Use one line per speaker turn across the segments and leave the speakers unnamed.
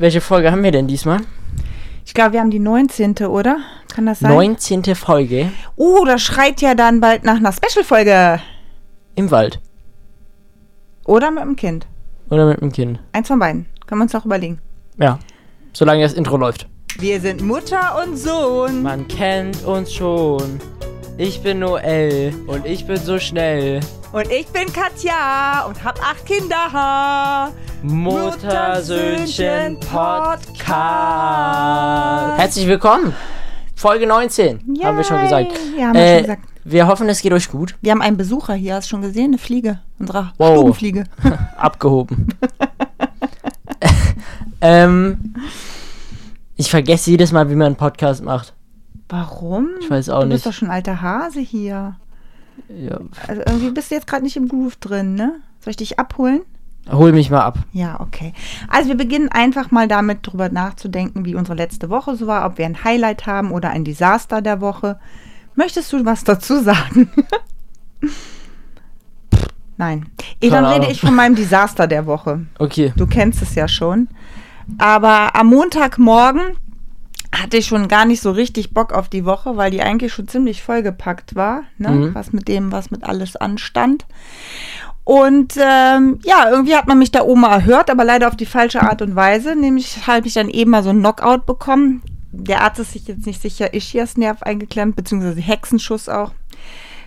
Welche Folge haben wir denn diesmal?
Ich glaube, wir haben die 19. oder? Kann das sein?
19. Folge
Uh, das schreit ja dann bald nach einer Special-Folge.
im Wald.
Oder mit dem Kind.
Oder mit dem Kind.
Eins von beiden. Können wir uns auch überlegen.
Ja. Solange das Intro läuft.
Wir sind Mutter und Sohn.
Man kennt uns schon. Ich bin Noel und ich bin so schnell.
Und ich bin Katja und hab acht Kinder. Muttersöhnchen Podcast.
Herzlich willkommen. Folge 19. Haben wir schon gesagt. Äh,
Yay. Ja, haben wir schon gesagt.
Wir hoffen, es geht euch gut.
Wir haben einen Besucher hier, hast du schon gesehen? Eine Fliege. Unsere
Wow.
Stubenfliege.
Abgehoben. ähm, ich vergesse jedes Mal, wie man einen Podcast macht.
Warum?
Ich weiß auch
du
nicht.
bist doch schon alter Hase hier.
Ja.
Also irgendwie bist du jetzt gerade nicht im Groove drin, ne? Soll ich dich abholen?
Hol mich mal ab.
Ja, okay. Also wir beginnen einfach mal damit, drüber nachzudenken, wie unsere letzte Woche so war, ob wir ein Highlight haben oder ein Desaster der Woche. Möchtest du was dazu sagen? Nein. Eh, dann
Keine
rede
Ahnung.
ich von meinem Desaster der Woche.
Okay.
Du kennst es ja schon. Aber am Montagmorgen hatte ich schon gar nicht so richtig Bock auf die Woche, weil die eigentlich schon ziemlich vollgepackt war, ne?
Mhm.
was mit dem, was mit alles anstand. Und ähm, ja, irgendwie hat man mich da oben erhört, aber leider auf die falsche Art und Weise. Nämlich habe ich dann eben mal so einen Knockout bekommen. Der Arzt ist sich jetzt nicht sicher, Ischiasnerv eingeklemmt, beziehungsweise Hexenschuss auch.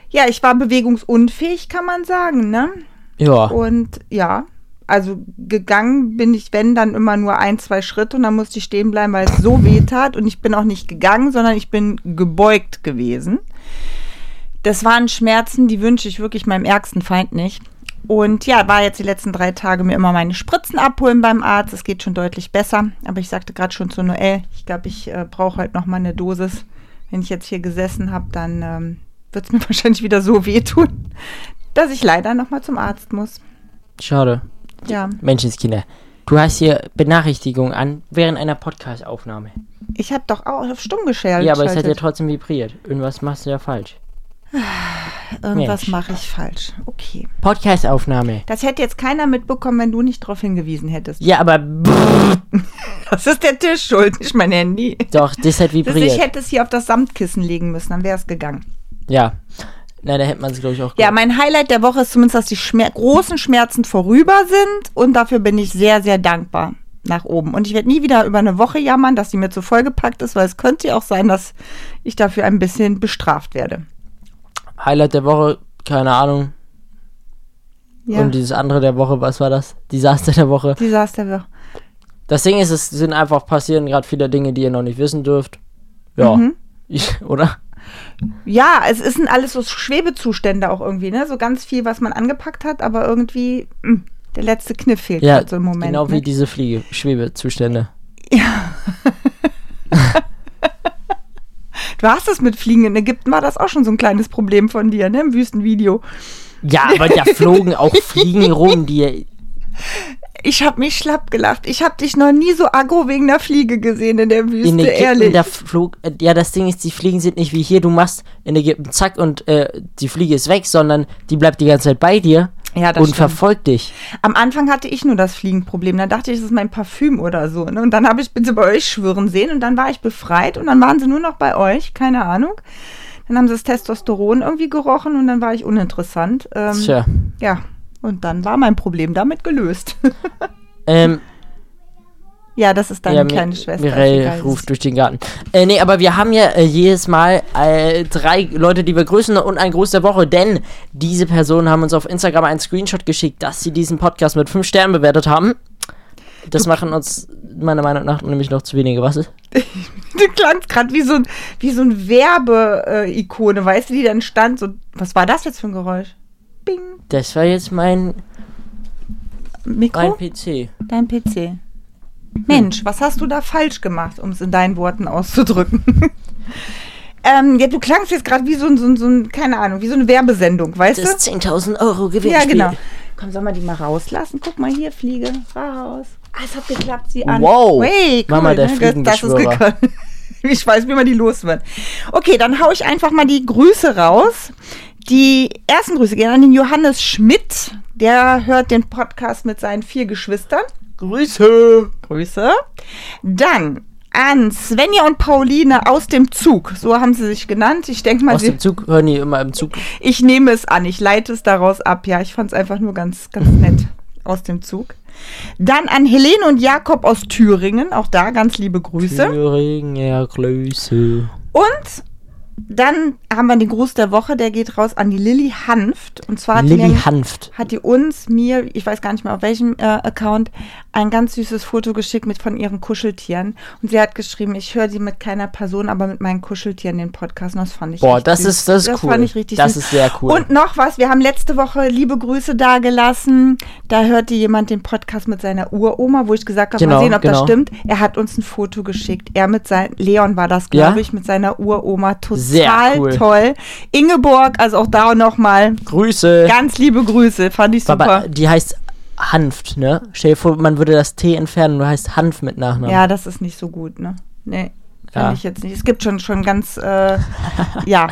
Ja, ich war bewegungsunfähig, kann man sagen, ne?
Ja.
Und ja, also gegangen bin ich, wenn, dann immer nur ein, zwei Schritte und dann musste ich stehen bleiben, weil es so weh tat. Und ich bin auch nicht gegangen, sondern ich bin gebeugt gewesen. Das waren Schmerzen, die wünsche ich wirklich meinem ärgsten Feind nicht. Und ja, war jetzt die letzten drei Tage mir immer meine Spritzen abholen beim Arzt. Es geht schon deutlich besser. Aber ich sagte gerade schon zu Noel, ich glaube, ich äh, brauche halt noch mal eine Dosis. Wenn ich jetzt hier gesessen habe, dann ähm, wird es mir wahrscheinlich wieder so wehtun, dass ich leider noch mal zum Arzt muss.
Schade.
Ja,
Menschenskinder, du hast hier Benachrichtigungen an während einer Podcast-Aufnahme.
ich habe doch auch auf stumm geschaltet.
Ja, aber es hat ja trotzdem vibriert. Irgendwas machst du ja falsch.
Irgendwas
Mensch.
mache ich falsch. Okay.
Podcast-Aufnahme.
Das hätte jetzt keiner mitbekommen, wenn du nicht darauf hingewiesen hättest.
Ja, aber
Das ist der Tisch schuld, nicht mein Handy.
doch, das hat
Das ist, ich
vibriert.
hätte es hier auf das Samtkissen legen müssen, dann wäre es gegangen.
Ja. Na, da hätte man es, glaube ich, auch
Ja, mein Highlight der Woche ist zumindest, dass die Schmer großen Schmerzen vorüber sind und dafür bin ich sehr, sehr dankbar nach oben. Und ich werde nie wieder über eine Woche jammern, dass die mir zu vollgepackt ist, weil es könnte ja auch sein, dass ich dafür ein bisschen bestraft werde.
gemacht. Highlight der Woche, keine Ahnung.
Ja,
Und dieses andere der Woche, was war das? Desaster der Woche.
Desaster der Woche.
Das Ding ist, es sind einfach passieren gerade viele Dinge, die ihr noch nicht wissen dürft. Ja.
Mhm.
Ich, oder?
Ja, es ist ein alles so Schwebezustände auch irgendwie, ne? So ganz viel, was man angepackt hat, aber irgendwie mh, der letzte Kniff fehlt
Ja,
grad so im Moment.
genau wie
ne?
diese Fliege, Schwebezustände.
du hast es mit Fliegen in Ägypten, war das auch schon so ein kleines Problem von dir, ne? Im Wüstenvideo.
Ja, aber da flogen auch Fliegen rum, die
Ich hab mich schlapp gelacht. Ich hab dich noch nie so aggro wegen einer Fliege gesehen in der Wüste,
in Ägypten,
ehrlich.
da flog, äh, ja, das Ding ist, die Fliegen sind nicht wie hier, du machst in Ägypten zack und äh, die Fliege ist weg, sondern die bleibt die ganze Zeit bei dir
Ja, das
und
stimmt.
verfolgt dich.
Am Anfang hatte ich nur das Fliegenproblem. Dann dachte ich, es ist mein Parfüm oder so. Ne? Und dann habe ich bitte bei euch schwören sehen und dann war ich befreit und dann waren sie nur noch bei euch, keine Ahnung. Dann haben sie das Testosteron irgendwie gerochen und dann war ich uninteressant. Ähm,
Tja.
Ja, und dann war mein Problem damit gelöst.
Ähm,
ja, das ist deine
ja, Mi-
kleine Schwester. ist
Mireille
egal.
ruft durch den Garten. Äh, nee, aber wir haben ja äh, jedes Mal äh, drei Leute, die wir grüßen und ein Gruß der Woche, denn diese Personen haben uns auf Instagram einen Screenshot geschickt, dass sie diesen Podcast mit fünf Sternen bewertet haben. Das machen uns meiner Meinung nach nämlich noch zu wenige. Was ist?
Du klangst gerade wie so ein, wie so ein Werbe-Ikone, weißt du, die dann stand. So, was war das jetzt für ein Geräusch? Bing.
Das war jetzt mein, mein
Mikro?
PC.
Dein PC. Mensch, was hast du da falsch gemacht, um es in deinen Worten auszudrücken? ähm, ja, du klangst jetzt gerade wie so ein, so, ein, so ein, keine Ahnung, wie so eine Werbesendung, weißt du?
Das 10.000 Euro Gewinnspiel.
Ja, genau. Komm, soll man die mal rauslassen? Guck mal hier, Fliege, raus. Ah, es hat geklappt, sie an.
Wow.
Hey, cool,
Mama, der
ne? das, das ist
Fliegenbeschwörer.
gekonnt. Ich weiß, wie man die los wird. Okay, dann hau ich einfach mal die Grüße raus. Die ersten Grüße gehen an den Johannes Schmidt. Der hört den Podcast mit seinen vier Geschwistern.
Grüße.
Grüße. Dann an Svenja und Pauline aus dem Zug. So haben sie sich genannt. Ich denke mal,
Aus
sie,
dem Zug hören die immer im Zug.
ich nehme es an. Ich leite es daraus ab. Ja, ich fand es einfach nur ganz, ganz nett aus dem Zug. Dann an Helene und Jakob aus Thüringen. Auch da ganz liebe Grüße.
Thüringer Grüße.
Und dann haben wir den Gruß der Woche. Der geht raus an die Lilly Hanft. Und zwar hat die
Lilly
mir-
Hanft.
hat die uns, mir, ich weiß gar nicht mehr auf welchem äh, Account, ein ganz süßes Foto geschickt mit von ihren Kuscheltieren. Und sie hat geschrieben, ich höre die mit keiner Person, aber mit meinen Kuscheltieren den Podcast. Und das fand ich
Boah,
richtig
das
süß.
ist- das ist
das
cool.
Fand ich richtig
Das
süß.
ist sehr cool.
Und noch was, wir haben letzte Woche liebe Grüße da gelassen. Da hörte jemand den Podcast mit seiner Uroma, wo ich gesagt habe,
Genau,
mal sehen, ob das
genau.
stimmt. Er hat uns ein Foto geschickt. Er mit sein Leon war das, glaube
Ja?
ich, mit seiner Uroma.
Sehr
Total
cool.
toll. Ingeborg, also auch da nochmal
Grüße.
Ganz liebe Grüße, fand ich super.
Aber die heißt Hanft, ne? Stell dir vor, man würde das T entfernen, du heißt Hanf mit Nachnamen.
ja, das ist nicht so gut, ne? Nee, fand
Ja.
ich jetzt nicht. Es gibt schon schon ganz, äh, ja.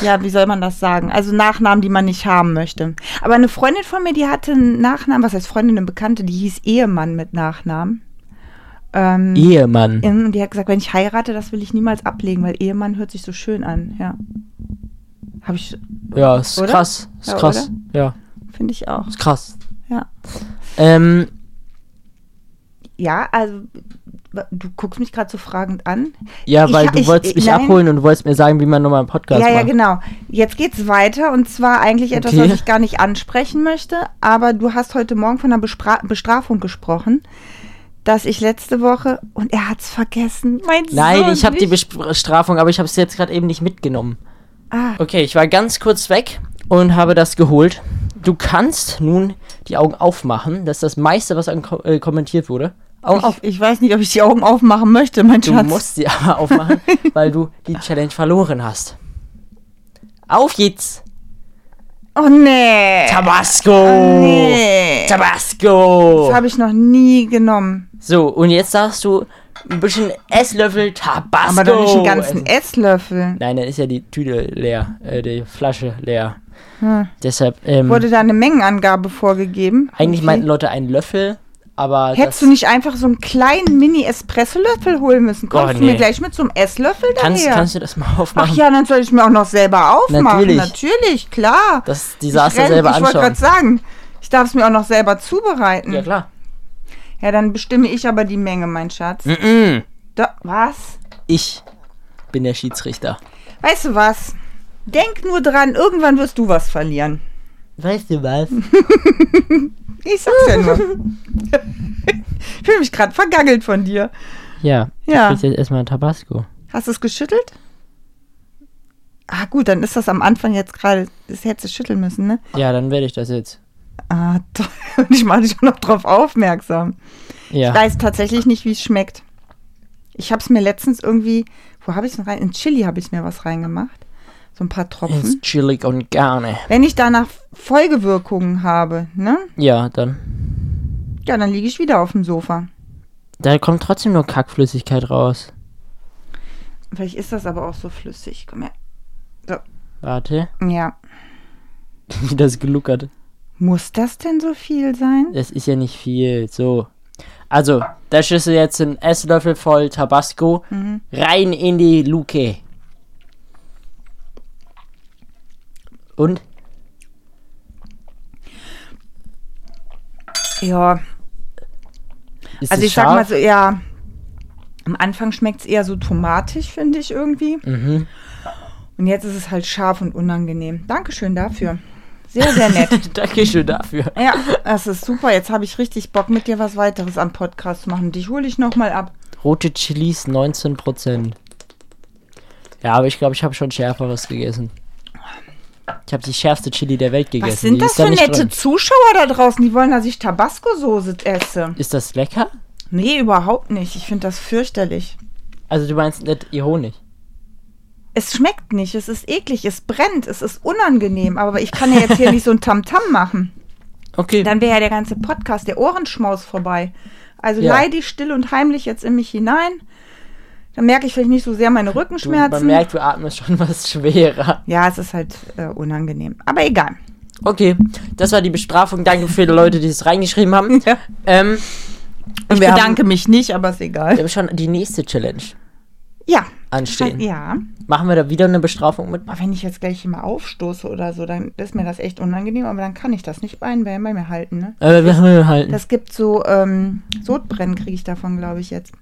Ja, wie soll man das sagen? Also Nachnamen, die man nicht haben möchte. Aber eine Freundin von mir, die hatte einen Nachnamen, was heißt Freundin, eine Bekannte, die hieß Ehemann mit Nachnamen. Ähm,
Ehemann.
und die hat gesagt, wenn ich heirate, das will ich niemals ablegen, weil Ehemann hört sich so schön an, ja. Habe ich,
Ja, ist
Oder?
krass. Ist
Ja,
krass. Ja,
finde ich auch.
ist krass.
Ja.
Ähm,
Ja, also du guckst mich gerade so fragend an.
ja,
Ich
weil
ha-
du
ich-
wolltest mich
nein.
abholen und du wolltest mir sagen, wie man nochmal einen Podcast
Ja, ja,
macht.
genau. Jetzt geht's weiter und zwar eigentlich etwas,
Okay.
was ich gar nicht ansprechen möchte, aber du hast heute Morgen von einer Bespra Bestrafung gesprochen, dass ich letzte Woche und er hat's vergessen. Mein
Nein,
Sohn
ich habe die
nicht.
Bestrafung, aber ich habe es jetzt gerade eben nicht mitgenommen.
Ah,
Okay, ich war ganz kurz weg und habe das geholt. Du kannst nun die Augen aufmachen. Das ist das meiste, was an ko äh, kommentiert wurde. Augen auf.
ich, ich weiß nicht, ob ich die Augen aufmachen möchte, mein
Du
Schatz.
musst sie aber aufmachen, weil du die Challenge verloren hast. Auf jetzt!
Oh nee. Oh,
Tabasco!
Ah, nee.
Tabasco!
Das habe ich noch nie genommen.
So, und jetzt darfst du ein bisschen Esslöffel Tabasco.
Aber doch nicht den
essen.
ganzen Esslöffel.
Nein, dann ist ja die Tüte leer, äh, die Flasche leer.
Hm.
Deshalb, ähm,
Wurde da eine Mengenangabe vorgegeben?
eigentlich
Okay.
meinten Leute einen Löffel, aber
Hättest
das
du nicht einfach so einen kleinen Mini-Espresso-Löffel holen müssen? Kommst
Oh,
du mir
nee.
gleich mit so einem Esslöffel
kannst,
daher?
kannst du das mal aufmachen?
Ach ja, dann soll ich mir auch noch selber aufmachen.
Natürlich.
Natürlich, klar.
Das
ich
Desaster
renn-
selber
ich wollte
anschauen.
gerade sagen, ich darf es mir auch noch selber zubereiten.
Ja, klar.
Ja, dann bestimme ich aber die Menge, mein Schatz.
Mhm.
Da, was?
Ich bin der Schiedsrichter.
Weißt du was? Denk nur dran, irgendwann wirst du was verlieren.
Weißt du was?
Ich sag's ja nur. ich fühle mich gerade vergaggelt von dir.
Ja.
Ja.
Ich krieg jetzt erstmal Tabasco.
Hast du es geschüttelt? Ah gut, dann ist das am Anfang jetzt gerade, das hättest du schütteln müssen, ne?
Ja, dann werde ich das jetzt.
Ah, toll. Und ich mache dich auch noch drauf aufmerksam. Ich
Ja.
weiß tatsächlich nicht, wie es schmeckt. Ich habe es mir letztens irgendwie, wo habe ich es rein? In Chili habe ich mir was reingemacht. So ein paar
Ins
Tropfen.
chillig und Garne.
Wenn ich danach Folgewirkungen habe, ne?
Ja, dann.
Ja, dann liege ich wieder auf dem Sofa.
Da kommt trotzdem nur Kackflüssigkeit raus.
Vielleicht ist das aber auch so flüssig. Komm her.
Warte.
Ja.
Wie das geluckert.
Muss das denn so viel sein?
Das ist ja nicht viel. So. Also, da schüsst du jetzt einen Esslöffel voll Tabasco
Mhm.
rein in die Luke. Und?
Ja.
Ist
Also
es
ich sag mal
scharf?
so, ja. Am Anfang schmeckt es eher so tomatig, finde ich irgendwie.
Mhm.
Und jetzt ist es halt scharf und unangenehm. Dankeschön dafür. Sehr, sehr nett.
Dankeschön dafür.
ja, das ist super. Jetzt habe ich richtig Bock, mit dir was weiteres am Podcast zu machen. Dich hole ich nochmal ab.
Rote Chilis 19%. Ja, aber ich glaube, ich habe schon schärferes gegessen. Ich habe die schärfste Chili der Welt gegessen.
Was sind
die
das
ist da
für
nicht
nette
drin.
Zuschauer da draußen? Die wollen, dass ich Tabasco-Soße esse.
Ist das lecker?
Nee, überhaupt nicht. Ich finde das fürchterlich.
Also du meinst nicht ironisch.
Es schmeckt nicht, es ist eklig, es brennt, es ist unangenehm. Aber ich kann ja jetzt hier nicht so ein Tamtam machen.
Okay.
Dann wäre ja der ganze Podcast, der Ohrenschmaus vorbei. Also
Ja.
leide ich still und heimlich jetzt in mich hinein. Dann merke ich vielleicht nicht so sehr meine
du, man
Rückenschmerzen.
merkt, du atmest schon was schwerer.
ja, es ist halt äh, unangenehm. Aber egal.
Okay, das war die Bestrafung. Danke für die Leute, die es reingeschrieben haben.
Ja.
Ähm,
Ich
wir haben-
bedanke mich nicht, aber ist egal.
Wir haben schon die nächste Challenge
Ja.
anstehen.
Ja.
Machen wir da wieder eine Bestrafung mit?
Aber wenn ich jetzt gleich hier mal aufstoße oder so, dann ist mir das echt unangenehm, aber dann kann ich das nicht bei, bei mir halten, ne?
Äh, wir haben wir halten.
Das gibt so ähm, Sodbrennen kriege ich davon, glaube ich jetzt.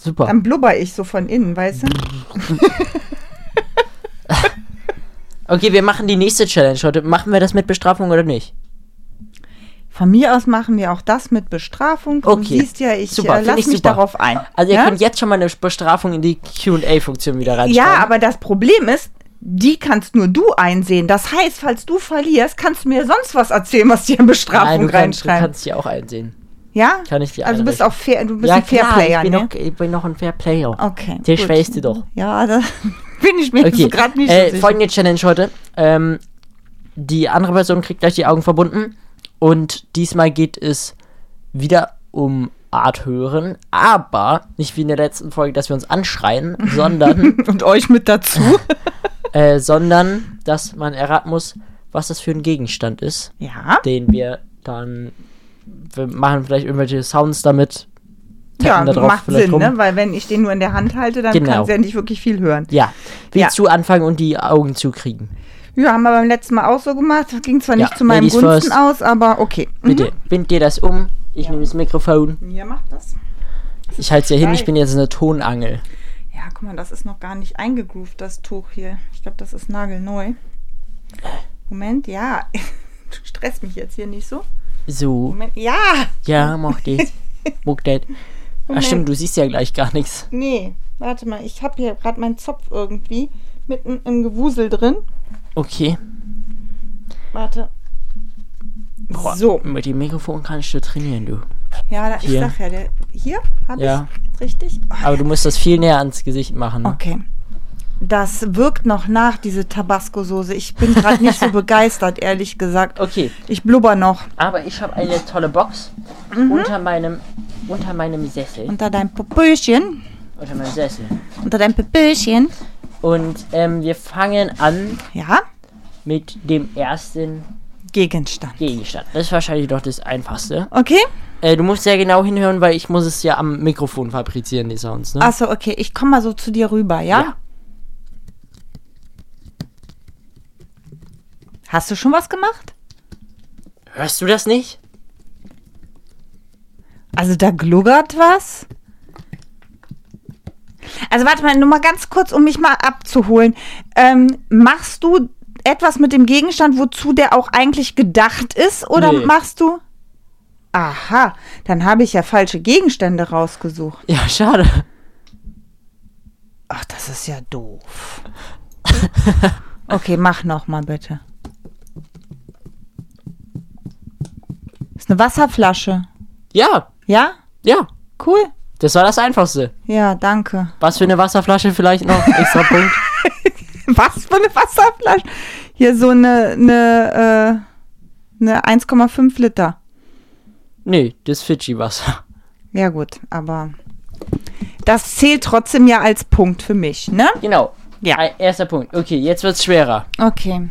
Super.
Dann blubber ich so von innen, weißt du?
Okay, wir machen die nächste Challenge heute. Machen wir das mit Bestrafung oder nicht?
Von mir aus machen wir auch das mit Bestrafung. Du
Okay.
siehst ja, ich
Super,
äh,
find
lass
ich
mich
super.
darauf ein.
Also ihr
ja?
könnt jetzt schon mal eine Bestrafung in die Q&A-Funktion wieder reinschreiben.
ja, aber das Problem ist, die kannst nur du einsehen. Das heißt, falls du verlierst, kannst du mir sonst was erzählen, was dir in
Nein,
Bestrafung
du kannst, du
reinschreiben.
kannst die auch einsehen.
ja?
kann ich dir
Also du bist auch fair, du bist
ja,
ein
klar,
Fairplayer,
ich bin,
ne? Oh,
noch, ich bin noch ein Fairplayer.
Okay.
Der
gut.
schwächste doch.
Ja, da bin ich mir
Okay,
jetzt gerade nicht so
äh,
sicher.
folgende Challenge heute. Ähm, die andere Person kriegt gleich die Augen verbunden. Und diesmal geht es wieder um Art hören. Aber nicht wie in der letzten Folge, dass wir uns anschreien, sondern
Und euch mit dazu.
äh, sondern dass man erraten muss, was das für ein Gegenstand ist,
ja.
den wir dann wir machen vielleicht irgendwelche Sounds damit.
Ja,
tappen da drauf
macht
vielleicht
Sinn,
rum.
ne? Weil wenn ich den nur in der Hand halte, dann
Genau.
kannst du ja nicht wirklich viel hören.
Ja, willst
Ja.
du anfangen und die Augen zukriegen?
Ja, haben wir beim letzten Mal auch so gemacht. Das ging zwar
Ja,
nicht zu meinem
ladies
Gunsten
first.
aus, aber okay. Mhm.
Bitte, bind dir das um. Ich nehme das Mikrofon.
Ja, macht das.
Ich halte es hier hin. Ich
geil.
bin jetzt eine Tonangel.
Ja, guck mal, das ist noch gar nicht eingegroovt, das Tuch hier. Ich glaube, das ist nagelneu. Moment, ja. Du stresst mich jetzt hier nicht so.
So,
Moment, ja.
ja, mach das. Muck das. Ach
Moment.
stimmt, du siehst ja gleich gar nichts.
Nee, warte mal, ich habe hier gerade meinen Zopf irgendwie mitten im Gewusel drin.
Okay.
Warte.
Boah,
So,
Mit dem Mikrofon kannst du trainieren, du.
ja, da, ich
Hier.
sag ja, der, hier habe
Ja.
ich richtig. Oh,
Aber du musst das viel näher ans Gesicht machen. Ne?
Okay. Das wirkt noch nach, diese Tabasco-Soße. Ich bin gerade nicht so begeistert, ehrlich gesagt.
Okay.
Ich blubber noch
Aber ich habe eine tolle Box unter meinem unter meinem Sessel.
unter deinem Popöchen.
Unter meinem Sessel.
Unter deinem Popöchen.
Und ähm, wir fangen an
Ja,
mit dem ersten
Gegenstand.
Gegenstand. Das ist wahrscheinlich doch das Einfachste.
Okay?
Äh, du musst sehr genau hinhören, weil ich muss es ja am Mikrofon fabrizieren, die Sounds, ne?
Achso, okay. Ich komme mal so zu dir rüber, ja?
Ja.
Hast du schon was gemacht?
Hörst du das nicht?
Also da gluggert was? Also warte mal, nur mal ganz kurz, um mich mal abzuholen. Ähm, machst du etwas mit dem Gegenstand, wozu der auch eigentlich gedacht ist? Oder
Nee.
machst du... Aha, dann habe ich ja falsche Gegenstände rausgesucht.
Ja, schade.
Ach, das ist ja doof. Okay, mach noch mal bitte. Ist eine Wasserflasche.
Ja,
Ja?
ja.
Cool.
Das war das Einfachste.
Ja, danke.
Was für eine Wasserflasche vielleicht noch? Extra Punkt.
Was für eine Wasserflasche? Hier so eine, eine, äh, eine 1,5 Liter.
Nee, das Fidschi-Wasser.
Ja gut, aber das zählt trotzdem ja als Punkt für mich, ne?
Genau.
Ja.
Ein- Erster Punkt. Okay, jetzt wird's schwerer.
Okay.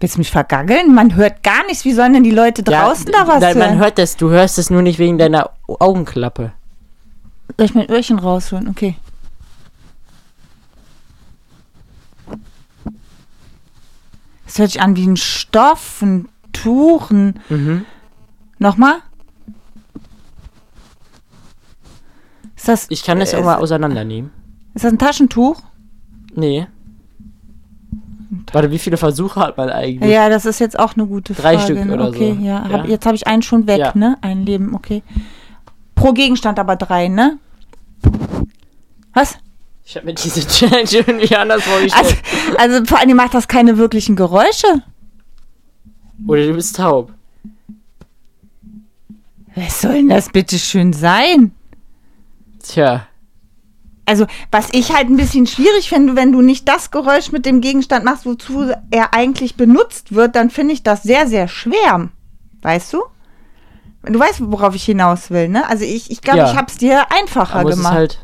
Willst du mich vergaggeln? Man hört gar nichts. Wie sollen denn die Leute draußen da was
Nein, man
hören?
hört das. Du hörst es nur nicht wegen deiner Au- Augenklappe.
Soll ich mein Öhrchen rausholen? Okay. Das hört sich an wie ein Stoff, ein Tuch, ein...
Mhm.
Nochmal? Ist das, äh,
Ich kann das
ist,
auch mal auseinandernehmen.
ist das ein Taschentuch?
Nee. Warte, wie viele Versuche hat man eigentlich?
Ja, das ist jetzt auch eine gute
Drei
Frage.
Stück
ne?
oder
okay,
so.
Ja. Hab,
Ja.
Jetzt habe ich einen schon weg,
Ja.
ne? Ein Leben, okay. Pro Gegenstand aber drei, ne? Was?
Ich habe mir diese Challenge irgendwie anders vorgestellt.
Also, also vor allem macht das keine wirklichen Geräusche.
Oder du bist taub.
Was soll denn das bitte schön sein?
Tja.
Also, was ich halt ein bisschen schwierig finde, wenn du nicht das Geräusch mit dem Gegenstand machst, wozu er eigentlich benutzt wird, dann finde ich das sehr, sehr schwer. Weißt du? Du weißt, worauf ich hinaus will, ne? Also ich glaube, ich, glaub,
Ja. halt
ich habe es dir einfacher
Aber es ist
gemacht.
halt.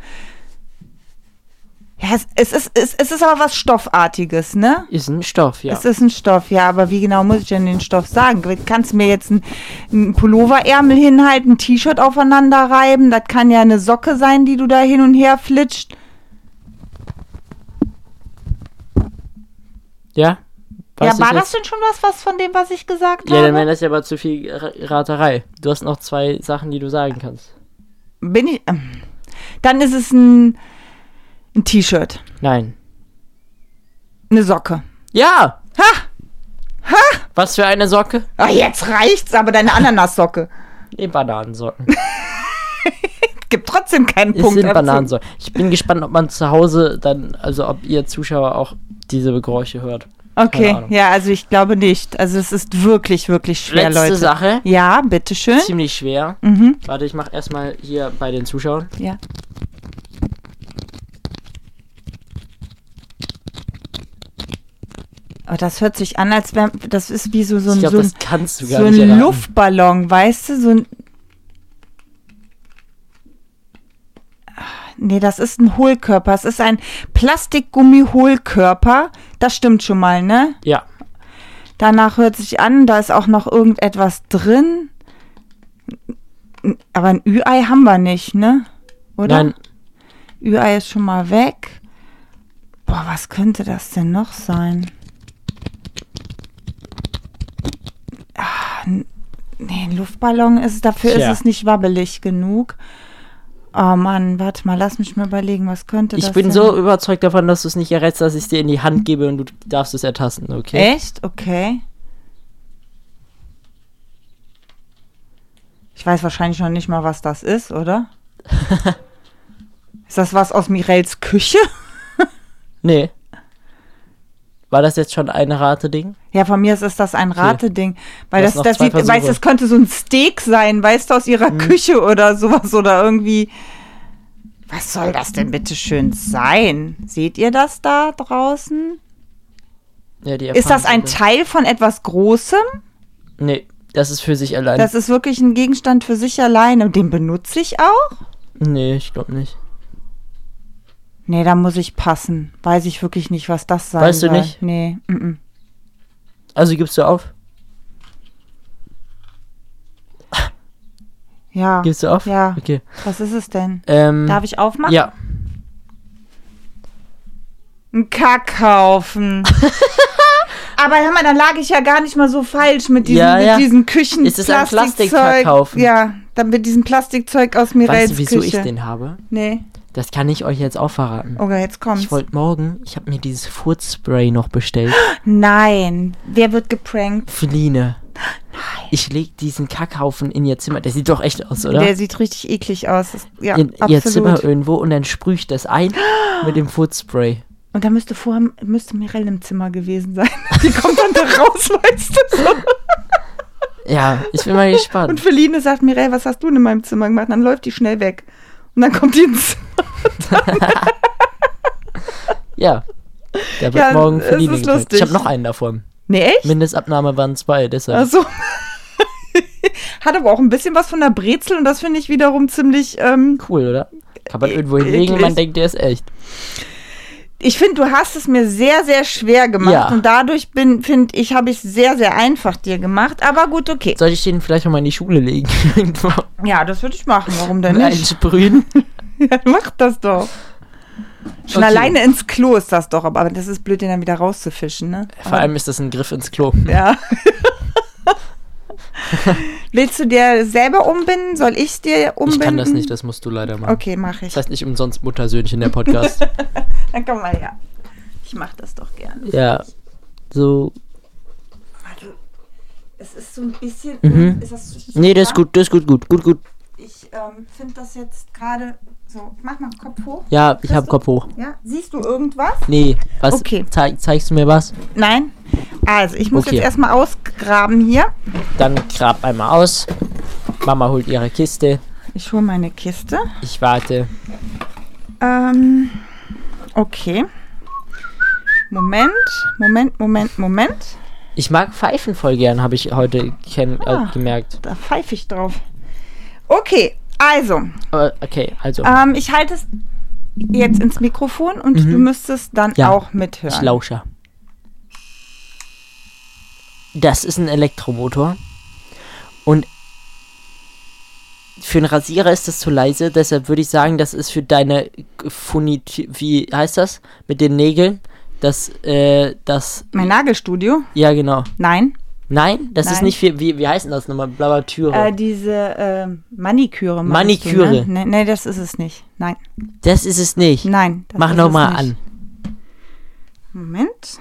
Ja, es, es, ist, es, es ist aber was Stoffartiges, ne?
Ist ein Stoff, ja.
Es ist ein Stoff, ja, aber wie genau muss ich denn den Stoff sagen? Du kannst mir jetzt einen, einen Pulloverärmel hinhalten, ein T-Shirt aufeinander reiben, das kann ja eine Socke sein, die du da hin und her flitscht.
ja? Weißt
ja, war
du's
das denn schon was, was von dem, was ich gesagt
Ja, dann wäre
habe?
das ja aber zu viel Ra- Raterei. Du hast noch zwei Sachen, die du sagen kannst.
Bin ich. ähm, Dann ist es ein, ein T-Shirt,
Nein.
eine Socke.
Ja!
Ha!
Was für eine Socke?
Ach, Ah, jetzt reicht's, aber deine Ananassocke.
Nee, Bananensocken.
Gibt trotzdem keinen
Es
Punkt.
sind
dazu.
Bananensocken. Ich bin gespannt, ob man zu Hause dann, also ob ihr Zuschauer auch diese Geräusche hört. Keine
Okay,
Ahnung.
ja, also ich glaube nicht. Also es ist wirklich, wirklich schwer,
Letzte
Leute.
Sache.
Ja, bitteschön.
Ziemlich schwer.
Mhm.
Warte, ich mach erstmal hier bei den Zuschauern.
Ja. Oh, das hört sich an, als wäre das ist wie so, so ein,
ich glaube,
so ein,
das kannst du gar
so
nicht.
ein
erraten.
Luftballon, weißt du, so ein Ah, Nee, das ist ein Hohlkörper. Es ist ein Plastikgummi-Hohlkörper. Das stimmt schon mal, ne?
Ja.
Danach hört sich an, da ist auch noch irgendetwas drin. Aber ein Ü-Ei haben wir nicht, ne? Oder?
Nein,
Ü-Ei ist schon mal weg. Boah, was könnte das denn noch sein? Ah, n- nee, ein Luftballon ist, dafür
Tja.
ist es nicht wabbelig genug. Oh Mann, warte mal, lass mich mal überlegen, was könnte das
ich bin
denn?
so überzeugt davon, dass du es nicht errätst, dass ich es dir in die Hand gebe und du darfst es ertasten, okay?
Echt? Okay. Ich weiß wahrscheinlich noch nicht mal, was das ist, oder? ist das was aus Mirels Küche?
Nee. War das jetzt schon ein Rate-Ding?
Ja, von mir ist, ist das ein Rateding. Weil
Du
das,
hast noch
das
zwei
sieht,
Versuche. Mhm.
weißt, du, das könnte so ein Steak sein, weißt du, aus ihrer Küche oder sowas oder irgendwie. Was soll das denn bitte schön sein? Seht ihr das da draußen?
Ja, die
Ist das ein
Teil?
Teil von etwas Großem?
Nee, das ist für sich allein.
Das ist wirklich ein Gegenstand für sich alleine. Den benutze ich auch?
nee, ich glaube nicht.
Nee, da muss ich passen. Weiß ich wirklich nicht, was das sein
Weißt du
soll.
nicht?
Nee, mm
Also gibst du auf?
ja.
Gibst du auf?
Ja.
Okay.
Was ist es denn?
Ähm,
Darf ich aufmachen?
Ja.
Ein Kackhaufen. Aber hör mal, dann lag ich ja gar nicht mal so falsch mit diesem,
Ja, ja.
mit diesem Küchen.
Es ist ein
Plastikzeug.
Plastikkackhaufen.
Ja, dann mit diesem Plastikzeug aus Mirels
Weißt du, wieso
Küche.
ich den habe?
Nee.
Das kann ich euch jetzt auch verraten.
Oh, jetzt kommt's.
Ich wollte morgen, ich habe mir dieses Furzspray noch bestellt.
Nein. Wer wird geprankt?
Feline. Ich leg diesen Kackhaufen in ihr Zimmer. Der sieht doch echt aus, oder?
Der sieht richtig eklig aus. Das, ja,
in ihr
absolut.
Zimmer irgendwo und dann sprühe ich das ein mit dem Furzspray.
Und da müsste vorher, müsste Mirelle im Zimmer gewesen sein. Die kommt dann da raus, weißt du? So.
Ja, ich bin mal
Und
gespannt.
Feline sagt, Mireille, was hast du denn in meinem Zimmer gemacht? Und dann läuft die schnell weg. Und dann kommt die ins
Ja. Der wird
Ja,
morgen
es
Feline
ist
geprägt.
lustig.
Ich habe noch einen davon.
Nee, echt?
Mindestabnahme waren zwei, deshalb.
Also. Hat aber auch ein bisschen was von der Brezel und das finde ich wiederum ziemlich. Ähm,
Cool, oder? Kann man irgendwo hinlegen,
eklig.
man denkt, der ist echt.
ich finde, du hast es mir sehr, sehr schwer gemacht
Ja.
und dadurch bin, finde ich, habe ich es sehr, sehr einfach dir gemacht. Aber gut, okay.
Sollte ich den vielleicht auch mal in die Schule legen? Irgendwo
Ja, das würde ich machen. Warum denn nicht?
einsprühen?
Ja, mach das doch. Schon
Okay.
alleine ins Klo ist das doch, aber das ist blöd, den dann wieder rauszufischen, ne?
Vor allem ist das ein Griff ins Klo.
Ja. Willst du dir selber umbinden? Soll ich dir
Ich
umbinden?
kann das nicht, das musst du leider machen.
Okay, mache ich.
Das heißt nicht umsonst Muttersöhnchen der Podcast.
Dann komm mal her. Ich mache das doch gerne.
ja. So.
Warte. Es ist so ein bisschen. ähm,
Mhm.
Ist das zu
Nee, das ist
stark?
gut, das ist gut, gut, gut, gut.
Ich ähm, finde das jetzt gerade so. Mach mal Kopf hoch.
Ja, ich hab Kopf hoch.
Ja. Siehst du irgendwas?
Nee, was?
Okay.
Zeig, zeigst du mir was?
Nein. Also, ich muss
Okay.
jetzt erstmal ausgraben hier.
Dann grab einmal aus. Mama holt ihre Kiste.
Ich hole meine Kiste.
Ich warte.
Ähm, okay. Moment, Moment, Moment, Moment.
Ich mag Pfeifen voll gern, habe ich heute kenn
Ah.
äh, gemerkt.
Da pfeife ich drauf. Okay, also,
Aber okay, also.
Ah. ähm, ich halte es jetzt ins Mikrofon und du müsstest dann
Mhm. Ja.
auch
Ich
mithören.
lausche. Das ist ein Elektromotor. Und für einen Rasierer ist das zu leise, deshalb würde ich sagen, das ist für deine Funit... Wie heißt das? Mit den Nägeln? Das, äh, das...
Mein Nagelstudio?
Ja, genau.
Nein.
Nein, das ist
Nein.
nicht viel... Wie, wie heißt denn das nochmal? Blauer Türe.
Äh, diese äh, Maniküre. meinst
Maniküre.
Du, ne? nee, nee, das ist es nicht. Nein.
das ist es nicht.
Nein. Das
Mach
ist es
nochmal
nicht.
an.
Moment.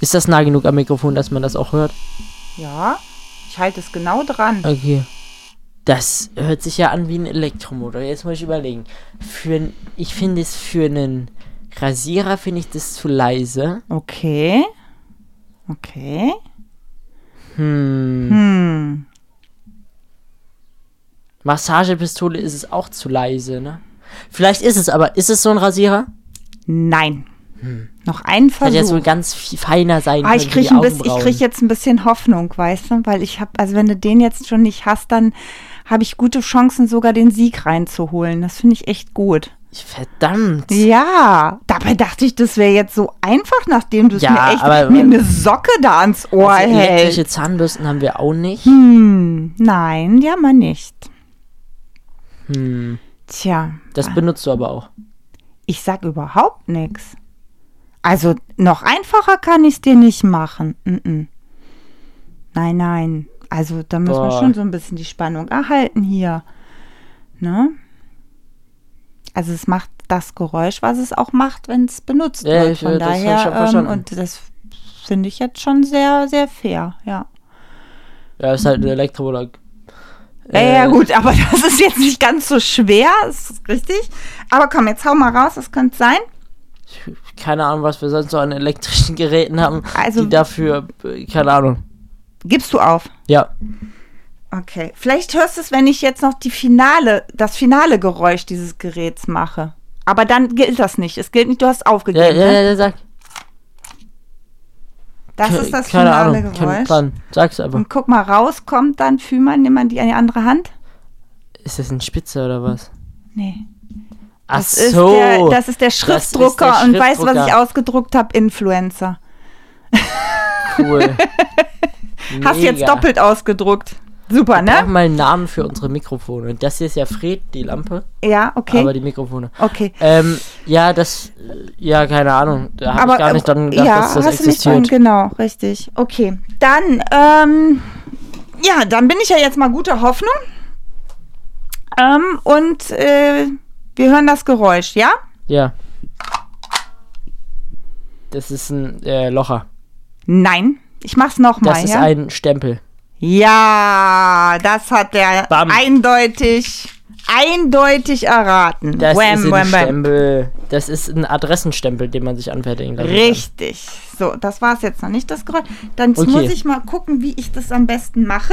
Ist das nah genug am Mikrofon, dass man das auch hört?
Ja. Ich halte es genau dran.
Okay. Das hört sich ja an wie ein Elektromotor. Jetzt muss ich überlegen. Für, n- ich finde es für einen Rasierer finde ich das zu leise.
Okay. Okay.
Hm.
Hm.
Massagepistole ist es auch zu leise, ne? Vielleicht ist es, aber ist es so ein Rasierer?
Nein. Noch ein
Hm. Hat jetzt wohl
Versuch.
ganz viel feiner sein
Also Ah, ich
können für die
kriege krieg
Augenbrauen.
jetzt ein bisschen Hoffnung, weißt du? Weil ich habe, also wenn du den jetzt schon nicht hast, dann habe ich gute Chancen, sogar den Sieg reinzuholen. Das finde ich echt gut.
Verdammt.
Ja, dabei dachte ich, das wäre jetzt so einfach, nachdem du es
Ja,
mir echt
aber-
mir eine Socke da ans Ohr
Also elektrische
hältst.
Zahnbürsten haben wir auch nicht.
Hm, nein, die haben wir nicht.
Hm.
Tja,
Das benutzt du aber auch.
ich sag überhaupt nichts. Also noch einfacher kann ich es dir nicht machen. Mhm. Nein, nein. Also da müssen wir
Boah.
schon so ein bisschen die Spannung erhalten hier. Ne? Also es macht das Geräusch, was es auch macht, wenn es benutzt
Ja,
wird.
ich,
Von
äh, das hab ich
daher
schon verstanden.
Ähm, und das finde ich jetzt schon sehr, sehr fair. Ja.
Ja, ist halt ein Elektromotor.
Mhm. Ja,
Äh.
ja, gut, aber das ist jetzt nicht ganz so schwer, ist richtig. Aber komm, jetzt hau mal raus, das könnte sein.
keine Ahnung, was wir sonst so an elektrischen Geräten haben,
Also-
die dafür, äh, keine Ahnung.
Gibst du auf?
Ja,
Okay. Vielleicht hörst du es, wenn ich jetzt noch die finale, das finale Geräusch dieses Geräts mache. Aber dann gilt das nicht. Es gilt nicht, du hast
ja,
aufgegeben.
ja,
ne?
ja, sag.
Das ist das
keine
finale
Ahnung, kein
Geräusch.
Plan. Sag's einfach.
Und guck mal, raus kommt dann, fühl mal, nimm mal die an die andere Hand.
Ist das ein Spitzer oder was?
Nee.
Ach
Das, ist,
so.
der, das ist der
ist der
Schriftdrucker. Und weißt du, was ich
Schriftdrucker.
ausgedruckt habe? Influencer.
cool.
Hast du jetzt
Mega.
doppelt ausgedruckt. Super,
Wir brauchen
ne?
mal einen Namen für unsere Mikrofone. Und das hier ist ja Fred, die Lampe,
Ja, okay.
aber die Mikrofone.
okay.
Ähm, ja, das, äh, ja, keine Ahnung. Da habe ich gar nicht dran gedacht,
ähm, ja,
dass das
hast du nicht dran,
existiert.
genau, richtig. Okay, dann, ähm, ja, dann bin ich ja jetzt mal guter Hoffnung. Ähm, und äh, wir hören das Geräusch, ja?
ja. Das ist ein äh, Locher.
Nein, ich mach's nochmal.
Das ist
ja?
ein Stempel.
ja, das hat der
Bam.
eindeutig, eindeutig erraten.
Das
Wham,
ist ein
wham, wham.
Stempel. Das ist ein Adressenstempel, den man sich anfertigen lassen kann.
Richtig. So, das war's jetzt noch nicht, das Geräusch. Dann
Okay.
muss ich mal gucken, wie ich das am besten mache.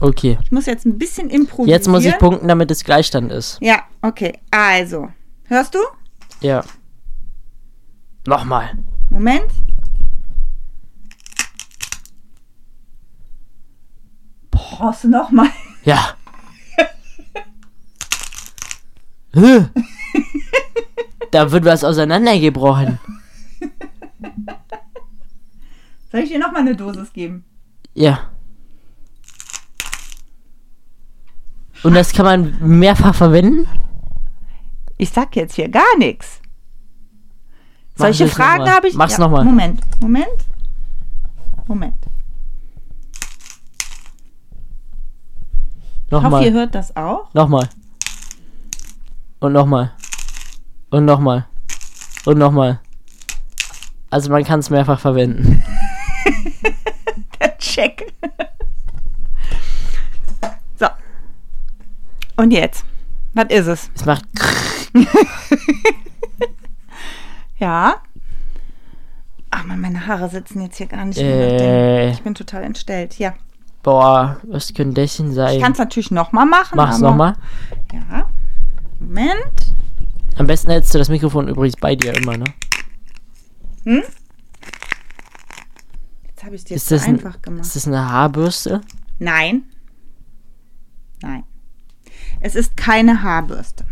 Okay.
Ich muss jetzt ein bisschen improvisieren.
Jetzt muss ich punkten, damit es Gleichstand ist.
Ja, okay. Also, hörst du?
Ja. Nochmal.
Moment. Boah, Hörst du nochmal?
Ja. Hä? da wird was auseinandergebrochen.
Soll ich dir nochmal eine Dosis geben?
Ja. Und das kann man mehrfach verwenden?
Ich sag jetzt hier gar nichts. Solche
du's
Fragen
nochmal.
habe ich. Hm,
Mach's nochmal.
Moment, Moment. Moment. Ich hoffe, ihr
Nochmal.
hört das auch.
Nochmal. Und nochmal. Und nochmal. Und nochmal. Also man kann es mehrfach verwenden.
Check. so. Und jetzt? Was ist es?
Es macht
Ja. Ach man, meine Haare sitzen jetzt hier gar nicht mehr. nach dem-
äh,
Ich bin total entstellt. Ja.
boah, was könnte das denn sein?
Ich kann es natürlich nochmal machen.
Mach's
aber-
nochmal.
Ja. Moment.
Am besten hältst du das Mikrofon übrigens bei dir immer, ne?
Hm? Jetzt habe ich es dir
Ist
zu
das, ein,
einfach gemacht.
ist das eine Haarbürste?
Nein. Nein. Es ist keine Haarbürste.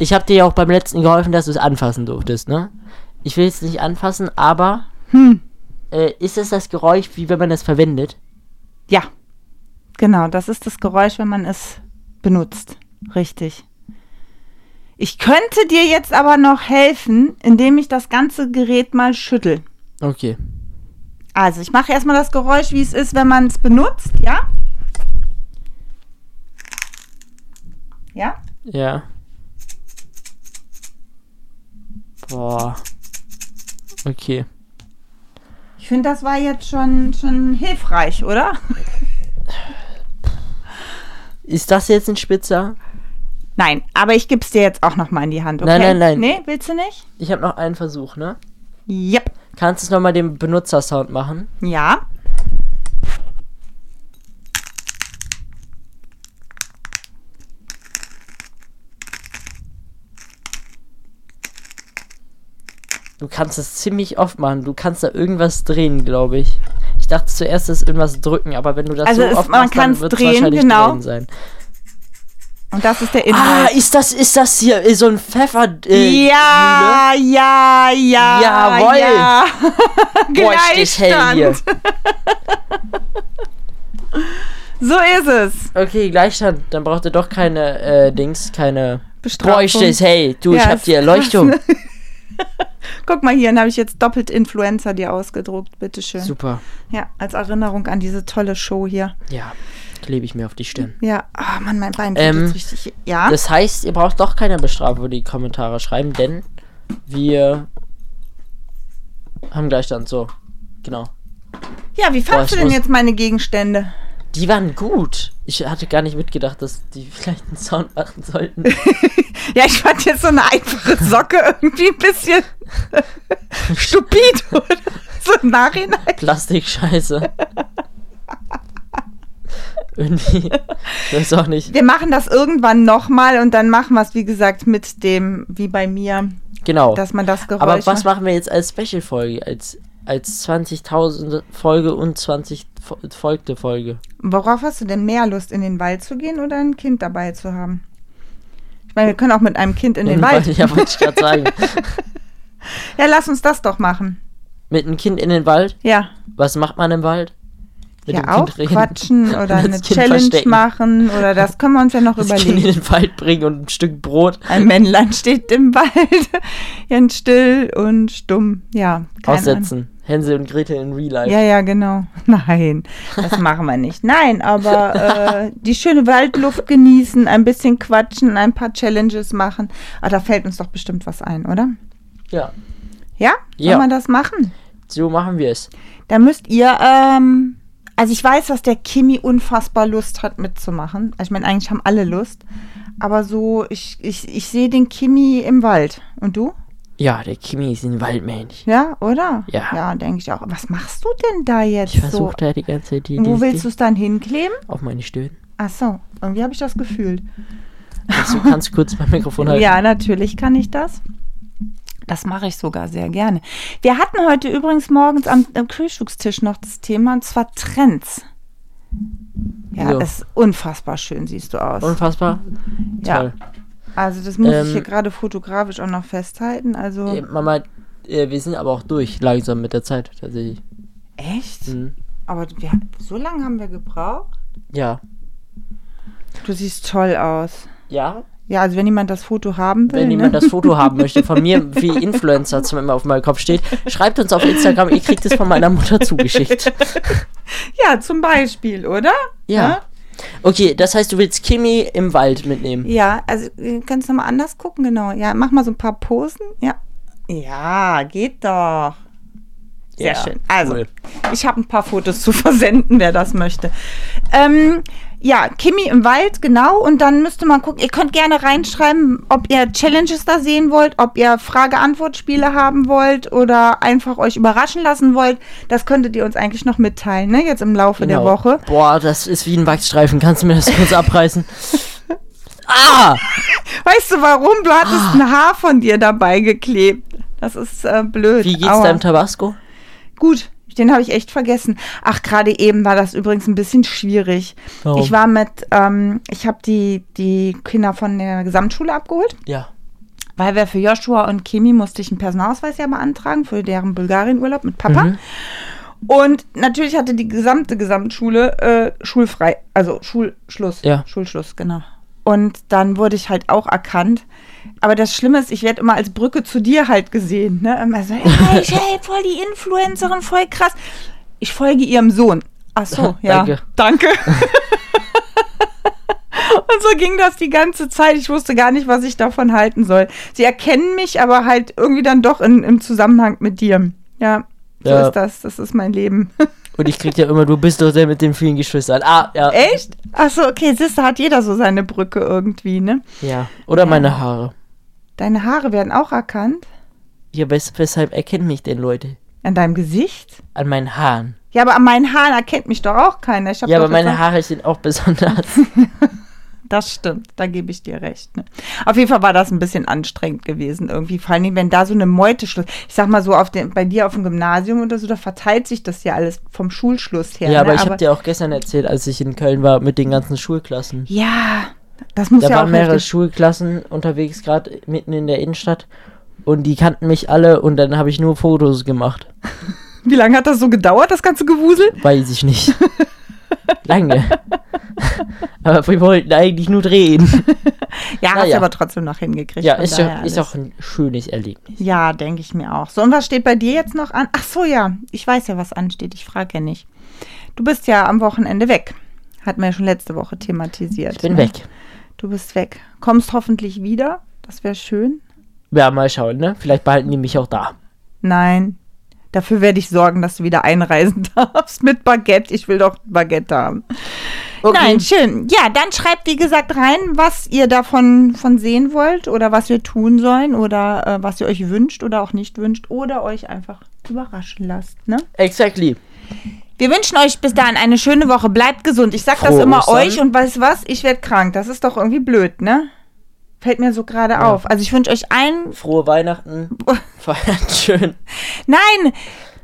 Ich habe dir ja auch beim letzten geholfen, dass du es anfassen durftest, ne? Ich will es nicht anfassen, aber
Hm.
äh, ist es das Geräusch, wie wenn man es verwendet?
Ja. Genau, das ist das Geräusch, wenn man es benutzt. Richtig. Ich könnte dir jetzt aber noch helfen, indem ich das ganze Gerät mal schüttel.
Okay.
Also, ich mache erstmal das Geräusch, wie es ist, wenn man es benutzt, ja? Ja?
Ja. Boah. Okay.
Ich finde, das war jetzt schon, schon hilfreich, oder?
Ist das jetzt ein Spitzer?
Nein, aber ich gebe es dir jetzt auch nochmal in die Hand, okay?
Nein, nein, nein.
Nee, willst du nicht?
Ich habe noch einen Versuch, ne?
Yep.
Kannst du es nochmal den Benutzersound machen?
Ja.
Du kannst es ziemlich oft machen. Du kannst da irgendwas drehen, glaube ich. Ich dachte zuerst, es ist irgendwas drücken, aber wenn du das
Also
so
es-
oft
man
machst, dann
kann's
wird es
drehen,
wahrscheinlich
genau.
drehen sein.
Und das ist der
Ah,
Inhalt.
ist das, ist das hier äh, so ein Pfeffer... Äh,
ja, ja, ja.
Jawohl.
Ja.
Mühle? Boah, ich steh hell hier.
Gleichstand. So ist es.
Okay, Gleichstand. Dann braucht ihr doch keine äh, Dings, keine...
Bestrafung.
Boah, ich steh's hell. Du, ich
Ja,
hab
ist
die Erleuchtung.
krass, ne? Guck mal hier, dann habe ich jetzt doppelt Influencer dir ausgedruckt. Bitteschön.
Super.
Ja, als Erinnerung an diese tolle Show hier.
Ja, klebe ich mir auf die Stirn.
Ja, oh Mann, mein Bein tut
Ähm,
jetzt richtig. Ja,
Das heißt, ihr braucht doch keine Bestrafung, die Kommentare schreiben, denn wir haben Gleichstand, so. Genau.
ja
boah,
wie
ich
fandst du denn
muss-
jetzt meine Gegenstände?
Die waren gut. Ich hatte gar nicht mitgedacht, dass die vielleicht einen Sound machen sollten.
Ja, ich fand jetzt so eine einfache Socke irgendwie ein bisschen stupid, oder? So im Nachhinein.
Plastikscheiße. Irgendwie. Ich weiß auch nicht.
Wir machen das irgendwann nochmal und dann machen wir es, wie gesagt, mit dem, wie bei mir,
Genau.
dass man das Geräusch
Aber was
macht.
machen wir jetzt als Special-Folge? Als, als 20.000 Folge und 20 fo- folgte Folge?
Worauf hast du denn mehr Lust, in den Wald zu gehen oder ein Kind dabei zu haben? Ich meine, wir können auch mit einem Kind in den, Wald.
Ja, wollte ich gerade sagen.
Ja, lass uns das doch machen.
Mit einem Kind in den Wald?
Ja,
Was macht man im Wald? Mit
ja
dem
auch
Kind reden.
quatschen oder
Das
eine
Kind
Challenge
verstecken.
machen oder das können wir uns ja noch
Das Kind
überlegen.
in den Wald bringen und ein Stück Brot.
Ein Männlein steht im Wald, ganz still und stumm. Ja, keine Ahnung.
Aussetzen. Hänsel und Gretel in Real Life.
Ja, ja, genau. Nein, das machen wir nicht. Nein, aber äh, die schöne Waldluft genießen, ein bisschen quatschen, ein paar Challenges machen. Ah, da fällt uns doch bestimmt was ein, oder?
Ja.
Ja? Soll
Ja.
man das machen?
So machen wir es.
Da müsst ihr, ähm, also ich weiß, dass der Kimi unfassbar Lust hat mitzumachen. Also ich meine, eigentlich haben alle Lust. Aber so, ich, ich, ich sehe den Kimi im Wald. Und du?
Ja, der Kimi ist ein Waldmensch.
Ja, oder?
Ja.
Ja, denke ich auch. Was machst du denn da jetzt
Ich
so?
versuche da die ganze Zeit die,
Wo
die,
willst
die
du es dann hinkleben?
auf meine Stirn.
Ach so, irgendwie habe ich das gefühlt.
Kannst du kannst du kurz beim Mikrofon halten?
Ja, natürlich kann ich das. Das mache ich sogar sehr gerne. Wir hatten heute übrigens morgens am, am Frühstückstisch noch das Thema, und zwar Trends. Ja,
Jo.
ist unfassbar schön siehst du aus.
Unfassbar.
ja,
Toll.
also das muss
Ähm,
ich hier gerade fotografisch auch noch festhalten. Also
Äh, Mama, äh, wir sind aber auch durch langsam mit der Zeit tatsächlich.
echt?
Mhm.
Aber wir, so lange haben wir gebraucht?
Ja.
Du siehst toll aus.
Ja,
Ja, also wenn jemand das Foto haben will.
Wenn
ne?
jemand das Foto haben möchte von mir, wie Influencer zum immer auf meinem Kopf steht, schreibt uns auf Instagram, ihr kriegt es von meiner Mutter zugeschickt.
ja, zum Beispiel, oder?
Ja. Okay, das heißt, du willst Kimi im Wald mitnehmen.
Ja, also äh, kannst du mal anders gucken, genau. Ja, mach mal so ein paar Posen. Ja. Ja, geht doch. Sehr
Ja,
schön. Also,
cool.
ich habe ein paar Fotos zu versenden, wer das möchte. Ähm, ja, Kimi im Wald, genau. Und dann müsste man gucken, ihr könnt gerne reinschreiben, ob ihr Challenges da sehen wollt, ob ihr Frage-Antwort-Spiele haben wollt oder einfach euch überraschen lassen wollt. Das könntet ihr uns eigentlich noch mitteilen, ne? Jetzt im Laufe der Woche.
Genau. Boah, das ist wie ein Wachsstreifen. Kannst du mir das kurz abreißen? ah!
Weißt du warum? Du hattest ein Haar von dir dabei geklebt. Das ist äh, blöd.
Wie geht's
Aua.
deinem Tabasco?
Gut, Den habe ich echt vergessen. Ach, gerade eben war das übrigens ein bisschen schwierig.
Warum?
Ich war mit, ähm, ich habe die, die Kinder von der Gesamtschule abgeholt,
Ja.
weil wir für Joshua und Kimi musste ich einen Personalausweis ja beantragen für deren Bulgarien-Urlaub mit Papa.
Mhm.
Und natürlich hatte die gesamte Gesamtschule äh, schulfrei, also Schulschluss.
Ja.
Schulschluss, genau. Und dann wurde ich halt auch erkannt. Aber das Schlimme ist, ich werde immer als Brücke zu dir halt gesehen. Ne? Immer so, hey, ich, hey, voll die Influencerin, voll krass. Ich folge ihrem Sohn. Ach so, ja.
Danke.
Danke. Und so ging das die ganze Zeit. Ich wusste gar nicht, was ich davon halten soll. Sie erkennen mich, aber halt irgendwie dann doch in, im Zusammenhang mit dir. Ja, so
Ja.
ist das. Das ist mein Leben.
Und ich krieg ja immer, du bist doch der mit den vielen Geschwistern. Ah, ja.
Echt? Achso, okay, siehst du, hat jeder so seine Brücke irgendwie, ne?
Ja. Oder meine Haare.
Deine Haare werden auch erkannt.
Ja, wes weshalb erkennen mich denn Leute?
An deinem Gesicht?
An meinen Haaren.
Ja, aber an meinen Haaren erkennt mich doch auch keiner. Ich hab
Ja,
doch
aber meine
gesagt-
Haare sind auch besonders.
Das stimmt, da gebe ich dir recht. Ne? Auf jeden Fall war das ein bisschen anstrengend gewesen irgendwie. Vor allen Dingen, wenn da so eine Meute schluss. Ich sag mal so, auf dem, bei dir auf dem Gymnasium oder so, da verteilt sich das ja alles vom Schulschluss her.
Ja, aber
ne?
ich habe dir auch gestern erzählt, als ich in Köln war mit den ganzen Schulklassen.
Ja, das muss
Da
ja auch
waren mehrere
heftig-
Schulklassen unterwegs, gerade mitten in der Innenstadt. Und die kannten mich alle und dann habe ich nur Fotos gemacht.
Wie lange hat das so gedauert, das ganze Gewusel?
Weiß ich nicht. Lange. aber wir wollten eigentlich nur drehen.
Ja, hast du
ja.
aber trotzdem noch hingekriegt.
Ja,
von
ist,
daher
doch, ist
alles.
doch ein schönes Erlebnis.
Ja, denke ich mir auch. So, und was steht bei dir jetzt noch an? Ach so, ja, ich weiß ja, was ansteht. Ich frage ja nicht. Du bist ja am Wochenende weg. Hat man ja schon letzte Woche thematisiert.
Ich bin
ne?
weg.
Du bist weg. Kommst hoffentlich wieder. Das wäre schön.
Ja, mal schauen, ne? Vielleicht behalten die mich auch da.
Nein. Dafür werde ich sorgen, dass du wieder einreisen darfst mit Baguette. Ich will doch Baguette haben. Nein, schön. Ja, dann schreibt, wie gesagt, rein, was ihr davon von sehen wollt oder was wir tun sollen oder äh, was ihr euch wünscht oder auch nicht wünscht oder euch einfach überraschen lasst. Ne?
Exactly.
Wir wünschen euch bis dahin eine schöne Woche. Bleibt gesund. Ich sag das
Frohe
immer
Ostern.
euch und weißt was? Ich werde krank. Das ist doch irgendwie blöd, ne? Fällt mir so gerade auf. Also ich wünsche euch allen
Frohe Weihnachten. Feiert schön.
Nein,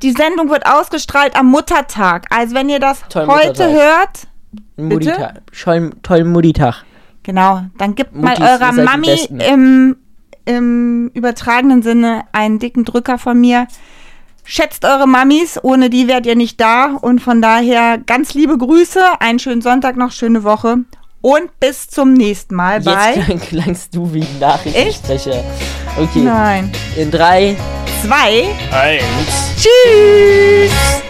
die Sendung wird ausgestrahlt am Muttertag. Also wenn ihr das
Tollen
heute
Muttertag.
hört,
Mutti-Tag. Schollen- Tollen Mutti-Tag.
genau, dann gebt
Muttis,
mal eurer
ihr seid die
Mami
Besten.
im, im übertragenen Sinne einen dicken Drücker von mir. Schätzt eure Mamis, ohne die wärt ihr nicht da. Und von daher ganz liebe Grüße, einen schönen Sonntag noch, schöne Woche und bis zum nächsten Mal bei.
Jetzt klang, klangst du wie ein Nachrichtensprecher. Okay,
Nein,
in drei,
zwei.
eins.
Tschüss.